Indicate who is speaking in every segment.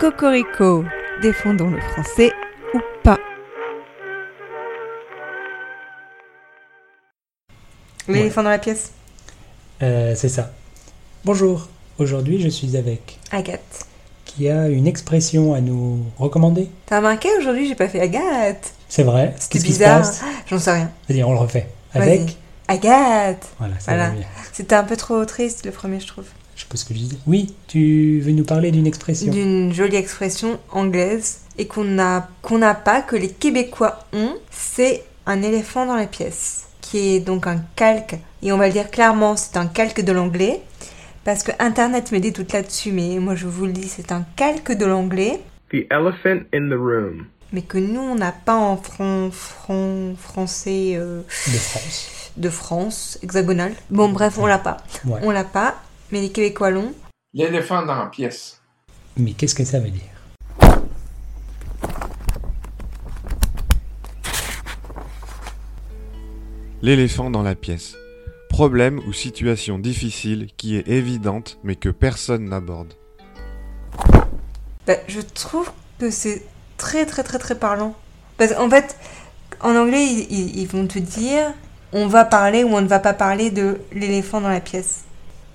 Speaker 1: Cocorico, défendons le français ou pas.
Speaker 2: Les
Speaker 3: Ouais.
Speaker 2: éléphants dans la pièce.
Speaker 3: Euh, c'est ça. Bonjour, aujourd'hui je suis avec
Speaker 2: Agathe.
Speaker 3: qui a une expression à nous recommander.
Speaker 2: T'as remarqué aujourd'hui, j'ai pas fait Agathe.
Speaker 3: C'est vrai
Speaker 2: C'était
Speaker 3: Qu'est-ce qui se
Speaker 2: bizarre.
Speaker 3: passe
Speaker 2: J'en sais rien.
Speaker 3: Vas-y, on le refait.
Speaker 2: Vas-y.
Speaker 3: Avec
Speaker 2: Agathe.
Speaker 3: Voilà, ça va
Speaker 2: Voilà.
Speaker 3: bien.
Speaker 2: C'était un peu trop triste le premier, je trouve.
Speaker 3: Je sais pas ce que je disais. Oui, tu veux nous parler d'une expression
Speaker 2: D'une jolie expression anglaise et qu'on n'a qu'on n'a pas, que les Québécois ont, c'est un éléphant dans la pièce, qui est donc un calque. Et on va le dire clairement, c'est un calque de l'anglais. Parce que Internet m'aidait toute là-dessus, mais moi je vous le dis, c'est un calque de l'anglais.
Speaker 4: The elephant in the room.
Speaker 2: mais que nous, on n'a pas en fran- fran- français euh,
Speaker 3: de France.
Speaker 2: de France hexagonal. Bon, bref, on l'a pas.
Speaker 3: Ouais.
Speaker 2: On l'a pas, mais les Québécois l'ont.
Speaker 4: L'éléphant dans la pièce.
Speaker 3: Mais qu'est-ce que ça veut dire
Speaker 5: L'éléphant dans la pièce. Problème ou situation difficile qui est évidente mais que personne n'aborde.
Speaker 2: Bah, je trouve que c'est très, très, très, très parlant. Parce qu'en fait, en anglais, ils, ils- ils vont te dire on va parler ou on ne va pas parler de l'éléphant dans la pièce.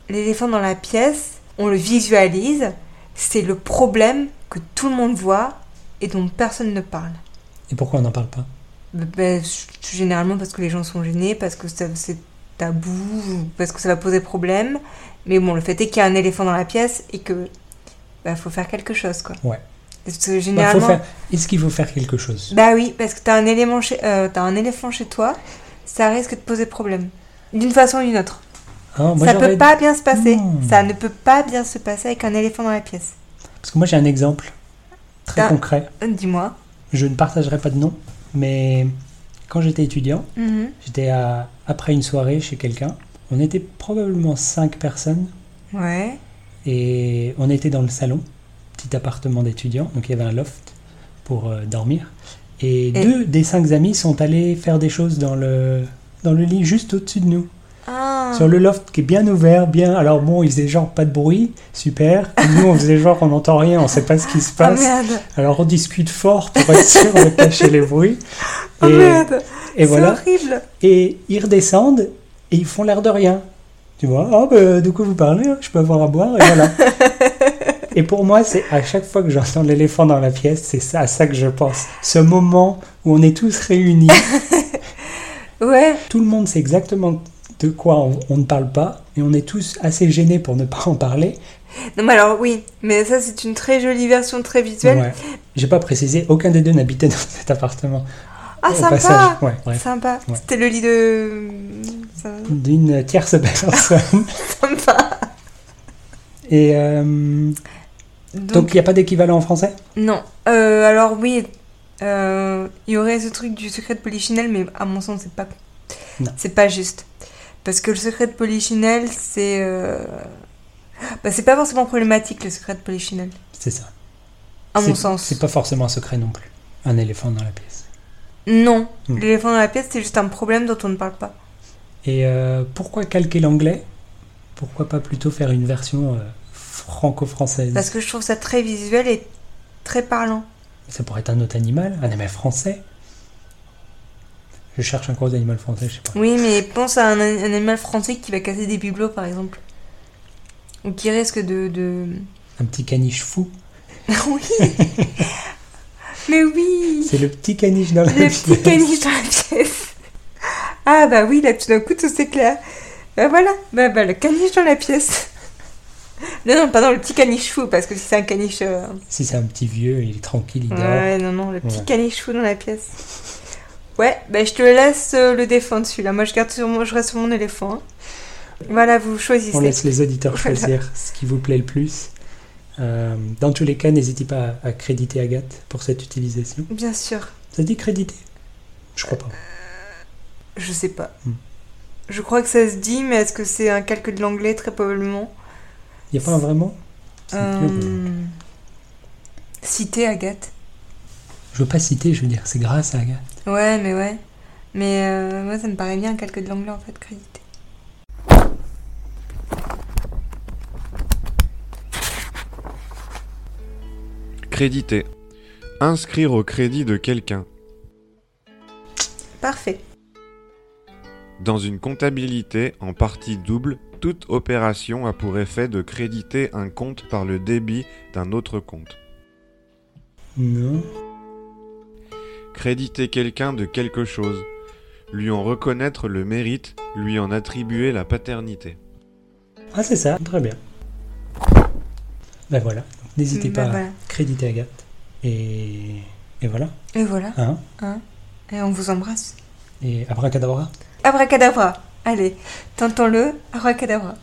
Speaker 2: L'éléphant dans la pièce, on le visualise, c'est le problème que tout le monde voit et dont personne ne parle.
Speaker 3: Et pourquoi on n'en parle pas
Speaker 2: Ben, je- généralement parce que les gens sont gênés, parce que ça- c'est tabou, parce que ça va poser problème. Mais bon, le fait est qu'il y a un éléphant dans la pièce et que bah faut faire quelque chose quoi.
Speaker 3: Ouais.
Speaker 2: Parce que
Speaker 3: Bah, faut
Speaker 2: généralement,
Speaker 3: faire... Est-ce qu'il faut faire quelque chose
Speaker 2: bah oui, parce que t'as un élément chez, euh, t'as un éléphant chez toi, ça risque de poser problème d'une façon ou d'une autre.
Speaker 3: Hein, moi,
Speaker 2: ça
Speaker 3: j'aurais-
Speaker 2: peut pas bien se passer.
Speaker 3: Hmm.
Speaker 2: Ça ne peut pas bien se passer avec un éléphant dans la pièce.
Speaker 3: Parce que moi j'ai un exemple très
Speaker 2: T'as-
Speaker 3: concret.
Speaker 2: Euh, Dis-moi.
Speaker 3: Je ne partagerai pas de nom, mais quand j'étais étudiant,
Speaker 2: Mhm.
Speaker 3: J'étais à- après une soirée chez quelqu'un. On était probablement cinq personnes
Speaker 2: Ouais.
Speaker 3: et on était dans le salon, petit appartement d'étudiants, donc il y avait un loft pour euh, dormir. Et, deux des cinq amis sont allés faire des choses dans le, dans le lit juste au-dessus de nous,
Speaker 2: Ah.
Speaker 3: sur le loft qui est bien ouvert, bien. Alors bon, ils faisaient genre pas de bruit, super. Et nous, on faisait genre on n'entend rien, on sait pas ce qui se
Speaker 2: Ah,
Speaker 3: passe.
Speaker 2: merde.
Speaker 3: Alors on discute fort pour être sûr de cacher les bruits.
Speaker 2: Ah,
Speaker 3: Et,
Speaker 2: merde.
Speaker 3: et voilà
Speaker 2: C'est horrible.
Speaker 3: et ils redescendent et ils font l'air de rien. Tu vois, ah bah, de quoi vous parlez hein Je peux avoir à boire et voilà. et pour moi, c'est à chaque fois que j'entends l'éléphant dans la pièce, c'est ça, à ça que je pense. Ce moment où on est tous réunis,
Speaker 2: Ouais.
Speaker 3: tout le monde sait exactement de quoi on, on ne parle pas et on est tous assez gênés pour ne pas en parler.
Speaker 2: Non, mais alors oui, mais ça c'est une très jolie version très visuelle.
Speaker 3: Ouais. J'ai pas précisé, aucun des deux n'habitait dans cet appartement.
Speaker 2: Ah,
Speaker 3: Au
Speaker 2: sympa
Speaker 3: passage, ouais, bref.
Speaker 2: Sympa.
Speaker 3: Ouais.
Speaker 2: C'était le lit de. ça-
Speaker 3: D'une tierce personne.
Speaker 2: Sympa.
Speaker 3: et euh,
Speaker 2: Donc,
Speaker 3: donc il n'y a pas d'équivalent en français
Speaker 2: non. Euh, alors oui, euh, il y aurait ce truc du secret de Polichinelle, mais à mon sens, c'est pas.
Speaker 3: Non.
Speaker 2: C'est pas juste. Parce que le secret de Polichinelle, c'est. euh, Bah, c'est pas forcément problématique le secret de Polichinelle,
Speaker 3: C'est ça.
Speaker 2: à mon
Speaker 3: C'est-
Speaker 2: sens.
Speaker 3: C'est pas forcément un secret non plus. Un éléphant dans la pièce.
Speaker 2: Non.
Speaker 3: Hmm.
Speaker 2: L'éléphant dans la pièce, c'est juste un problème dont on ne parle pas.
Speaker 3: Et euh, pourquoi calquer l'anglais Pourquoi pas plutôt faire une version euh, franco-française
Speaker 2: Parce que je trouve ça très visuel et très parlant.
Speaker 3: Ça pourrait être un autre animal, un animal français. Je cherche un gros animal français, je sais pas.
Speaker 2: Oui, mais pense à un, un animal français qui va casser des bibelots, par exemple. Ou qui risque de... de...
Speaker 3: Un petit caniche fou.
Speaker 2: oui Mais oui
Speaker 3: C'est le petit caniche dans la
Speaker 2: Le
Speaker 3: pièce.
Speaker 2: petit caniche dans la pièce Ah bah oui, là tout d'un coup tout s'éclaire. Bah voilà, bah, bah le caniche dans la pièce. Non, non, pardon, le petit caniche fou, parce que si c'est un caniche... euh,
Speaker 3: Si c'est un petit vieux, il est tranquille, il dort.
Speaker 2: Ouais, non, non, le petit
Speaker 3: Ouais.
Speaker 2: caniche fou dans la pièce. Ouais, bah je te laisse euh, le défendre celui-là. Moi je, garde sur mon... je reste sur mon éléphant. hein. Voilà, vous choisissez.
Speaker 3: On laisse les auditeurs
Speaker 2: Voilà.
Speaker 3: choisir ce qui vous plaît le plus. Euh, dans tous les cas, n'hésitez pas à, à créditer Agathe pour cette utilisation.
Speaker 2: Bien sûr.
Speaker 3: Ça dit créditer Je crois pas.
Speaker 2: Je sais pas.
Speaker 3: Hmm.
Speaker 2: Je crois que ça se dit, mais est-ce que c'est un calque de l'anglais Très probablement.
Speaker 3: Il n'y a pas un vraiment C'est dur, mais-
Speaker 2: Euh, Cité Agathe.
Speaker 3: Je veux pas citer, je veux dire, c'est grâce à Agathe.
Speaker 2: Ouais, mais ouais. Mais euh, moi, ça me paraît bien un calque de l'anglais en fait, crédité.
Speaker 5: Créditer. Inscrire au crédit de quelqu'un.
Speaker 2: Parfait.
Speaker 5: Dans une comptabilité en partie double, toute opération a pour effet de créditer un compte par le débit d'un autre compte.
Speaker 3: Non.
Speaker 5: Créditer quelqu'un de quelque chose. Lui en reconnaître le mérite, lui en attribuer la paternité.
Speaker 3: Ah, c'est ça, très bien. Ben voilà, Donc, n'hésitez
Speaker 2: Ben
Speaker 3: pas
Speaker 2: voilà.
Speaker 3: à créditer Agathe. Et, et voilà.
Speaker 2: Et voilà.
Speaker 3: Hein
Speaker 2: Et on vous embrasse.
Speaker 3: et abracadabra.
Speaker 2: Abracadabra. Allez, tentons-le. Abracadabra.